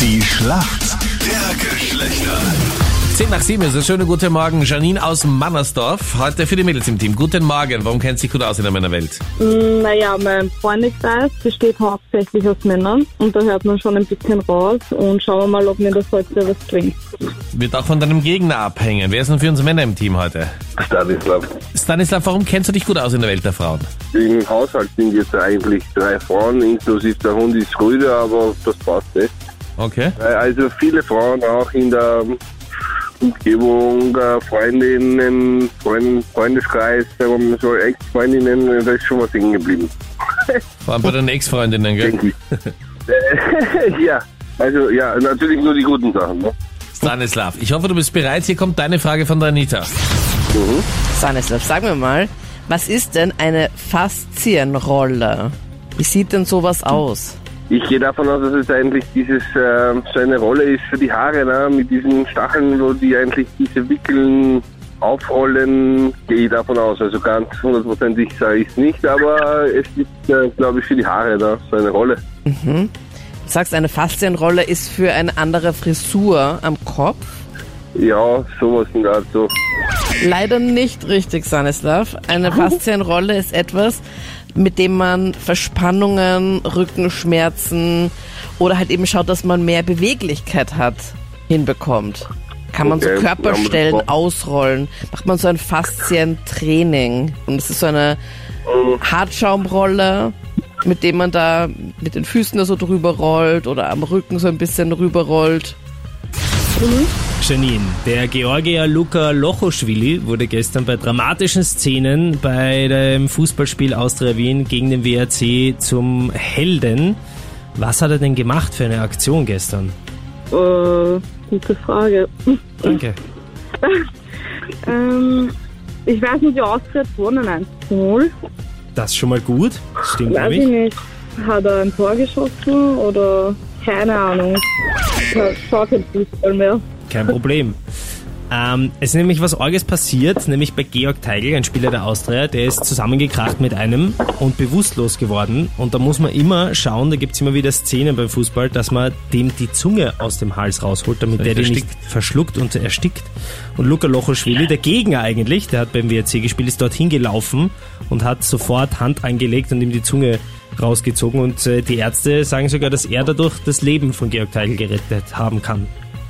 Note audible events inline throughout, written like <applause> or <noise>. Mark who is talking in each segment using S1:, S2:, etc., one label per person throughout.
S1: Die Schlacht der Geschlechter.
S2: 10 nach 7 ist es. Schönen guten Morgen. Janine aus Mannersdorf, heute für die Mädels im Team. Guten Morgen. Warum kennt sich gut aus in der Männerwelt?
S3: Naja, mein Freundeskreis besteht hauptsächlich aus Männern und da hört man schon ein bisschen raus und schauen wir mal, ob mir das heute was bringt.
S2: Wird auch von deinem Gegner abhängen. Wer ist denn für uns Männer im Team heute?
S4: Stanislav.
S2: Stanislav, warum kennst du dich gut aus in der Welt der Frauen?
S4: Im Haushalt sind jetzt eigentlich drei Frauen, inklusive der Hund ist Rüder, aber das passt nicht.
S2: Okay.
S4: Äh, Also viele Frauen auch in der Umgebung, äh, Freundinnen, Freund, Freundeskreis, sagen wir mal so Ex-Freundinnen, äh, da ist schon was hängen geblieben.
S2: Vor allem bei deinen Ex-Freundinnen, gell?
S4: Denke ich. Äh, <laughs> ja, also ja, natürlich nur die guten Sachen. Ne?
S2: Stanislav, ich hoffe, du bist bereit. Hier kommt deine Frage von der Anita.
S4: Mhm.
S5: Stanislav, sag mir Also mal, was ist denn eine Faszienrolle? Wie sieht denn sowas aus?
S4: Ich gehe davon aus, dass es eigentlich dieses äh, so eine Rolle ist für die Haare, ne? mit diesen Stacheln, wo die eigentlich diese Wickeln aufrollen, gehe ich davon aus. Also ganz hundertprozentig sage ich es nicht, aber es ist, äh, glaube ich, für die Haare da so eine Rolle.
S5: Du sagst, eine Faszienrolle ist für eine andere Frisur am Kopf?
S4: Ja, sowas in der Art so. <laughs>
S5: Leider nicht richtig, Stanislav. Eine Faszienrolle ist etwas, mit dem man Verspannungen, Rückenschmerzen oder halt eben schaut, dass man mehr Beweglichkeit hat, hinbekommt. Kann man
S4: Okay,
S5: so
S4: wir haben das
S5: Körperstellen
S4: besprochen.
S5: ausrollen, macht man so ein Faszientraining. Und es ist so eine Hartschaumrolle, mit dem man da mit den Füßen da so drüber rollt oder am Rücken so ein bisschen rüber rollt.
S6: Janine, der Georgier Luka Lochoschwili wurde gestern bei dramatischen Szenen bei dem Fußballspiel Austria Wien gegen den WRC zum Helden. Was hat er denn gemacht für eine Aktion gestern?
S3: Äh, gute Frage.
S6: Danke.
S3: Ähm, ich weiß nicht, die Austria gewonnen 1 zu 0.
S6: Das ist schon mal gut. Stimmt
S3: Weiß ich
S6: nämlich.
S3: nicht. Hat er ein Tor geschossen oder keine Ahnung. Ich schau kein Fußball mehr.
S6: Kein Problem. Ähm, es ist nämlich was Orges passiert, nämlich bei Georg Teigl, ein Spieler der Austria, der ist zusammengekracht mit einem und bewusstlos geworden. Und da muss man immer schauen, da gibt's immer wieder Szenen beim Fußball, dass man dem die Zunge aus dem Hals rausholt, damit der die nicht verschluckt und erstickt. Und Luca Lochoschwili, der Gegner eigentlich, der hat beim WRC gespielt, ist dorthin gelaufen und hat sofort Hand angelegt und ihm die Zunge rausgezogen. Und äh, die Ärzte sagen sogar, dass er dadurch das Leben von Georg Teigl gerettet haben kann.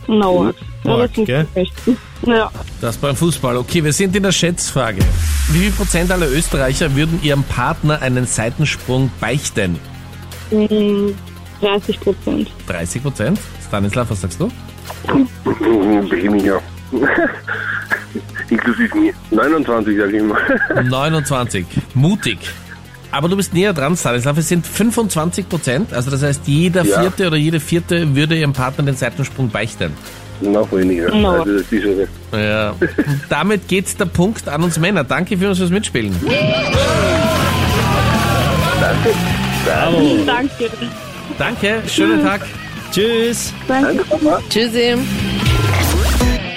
S3: No.
S6: Org,
S3: Aber das
S6: gell?
S3: ist nicht. Ja.
S2: Das beim Fußball. Okay, wir sind in der Schätzfrage. Wie viel Prozent aller Österreicher würden ihrem Partner einen Seitensprung beichten?
S3: Mm, 30 Prozent.
S2: 30 Prozent? Stanislav, was sagst du?
S4: Mhm, bin ich ja. <laughs> Inklusive mir. 29, sag <laughs> ich mal.
S2: 29. Mutig. Aber du bist näher dran, Stanislav. Es sind 25 Prozent. Also das heißt, jeder
S4: Ja.
S2: Vierte oder jede Vierte würde ihrem Partner den Seitensprung beichten.
S4: Noch weniger.
S3: No.
S4: Also das ist schon
S2: Ja. Und damit geht der Punkt an uns Männer. Danke für uns fürs Mitspielen.
S6: Bravo.
S3: Danke.
S2: Danke, schönen Tag.
S6: Tschüss.
S3: Danke.
S5: Tschüssi.